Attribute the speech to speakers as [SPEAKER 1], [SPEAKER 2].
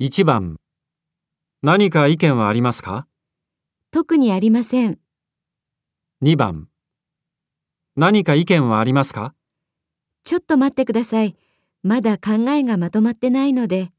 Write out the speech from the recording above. [SPEAKER 1] 1番何か意見はありますか
[SPEAKER 2] 特にありません。
[SPEAKER 1] ?2 番何か意見はありますか
[SPEAKER 2] ちょっと待ってください。まだ考えがまとまってないので。